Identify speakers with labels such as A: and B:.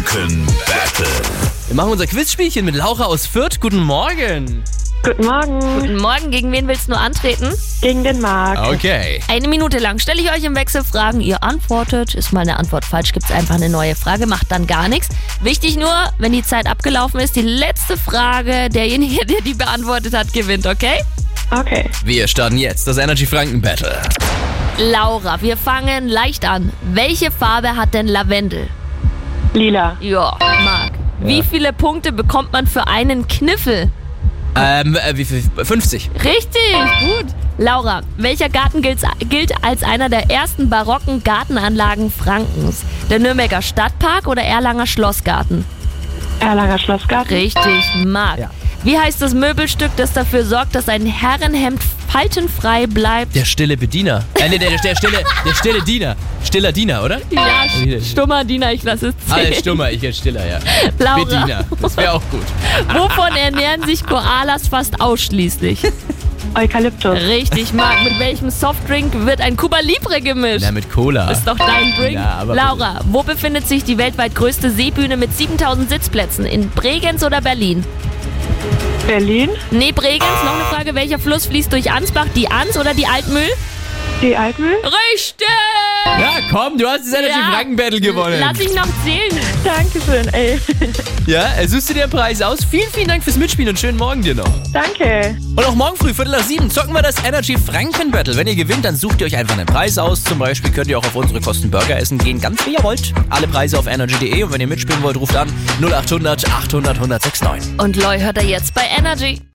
A: Open Battle.
B: Wir machen unser Quizspielchen mit Laura aus Fürth. Guten Morgen.
C: Guten Morgen.
D: Guten Morgen, gegen wen willst du nur antreten?
C: Gegen den Marc.
B: Okay.
D: Eine Minute lang stelle ich euch im Wechsel Fragen, ihr antwortet. Ist mal eine Antwort falsch, gibt es einfach eine neue Frage, macht dann gar nichts. Wichtig nur, wenn die Zeit abgelaufen ist, die letzte Frage, derjenige, der die beantwortet hat, gewinnt, okay?
C: Okay.
B: Wir starten jetzt das Energy Franken Battle.
D: Laura, wir fangen leicht an. Welche Farbe hat denn Lavendel?
C: Lila.
D: Ja, Marc. Wie viele Punkte bekommt man für einen Kniffel?
B: Ähm, äh, wie viel? 50.
D: Richtig, gut. Laura, welcher Garten gilt, gilt als einer der ersten barocken Gartenanlagen Frankens? Der Nürnberger Stadtpark oder Erlanger Schlossgarten?
C: Erlanger Schlossgarten.
D: Richtig, Marc.
B: Ja.
D: Wie heißt das Möbelstück, das dafür sorgt, dass ein Herrenhemd faltenfrei bleibt?
B: Der stille Bediener. Äh, nee, der, der, der stille, der stille Diener. Stiller Diener, oder?
D: Ja,
B: Rede.
D: stummer Diener, ich lasse es
B: Ah,
D: zählen.
B: der Stummer, ich jetzt stiller, ja.
D: Laura.
B: Bediener. Das wäre auch gut.
D: Wovon ernähren sich Koalas fast ausschließlich?
C: Eukalyptus.
D: Richtig, Marc. Mit welchem Softdrink wird ein Cuba Libre gemischt?
B: Na, mit Cola.
D: Ist doch dein Drink.
B: Ja, aber-
D: Laura, wo befindet sich die weltweit größte Seebühne mit 7000 Sitzplätzen? In Bregenz oder Berlin?
C: Berlin.
D: Nee, Bregenz. Noch eine Frage. Welcher Fluss fließt durch Ansbach? Die Ans oder die Altmühl?
C: Die Altmühl.
D: Richtig!
B: Ja, komm, du hast das Energy
D: Ja.
B: Franken Battle gewonnen.
D: Lass ich noch zählen.
C: Dankeschön, ey.
B: Ja, äh, suchst du dir den Preis aus. Vielen, vielen Dank fürs Mitspielen und schönen Morgen dir noch.
C: Danke.
B: Und auch morgen früh, Viertel nach sieben, zocken wir das Energy Franken Battle. Wenn ihr gewinnt, dann sucht ihr euch einfach einen Preis aus. Zum Beispiel könnt ihr auch auf unsere Kosten Burger essen gehen, ganz wie ihr wollt. Alle Preise auf energy.de und wenn ihr mitspielen wollt, ruft an 0800 800 1069.
D: Und Loy hört er jetzt bei Energy.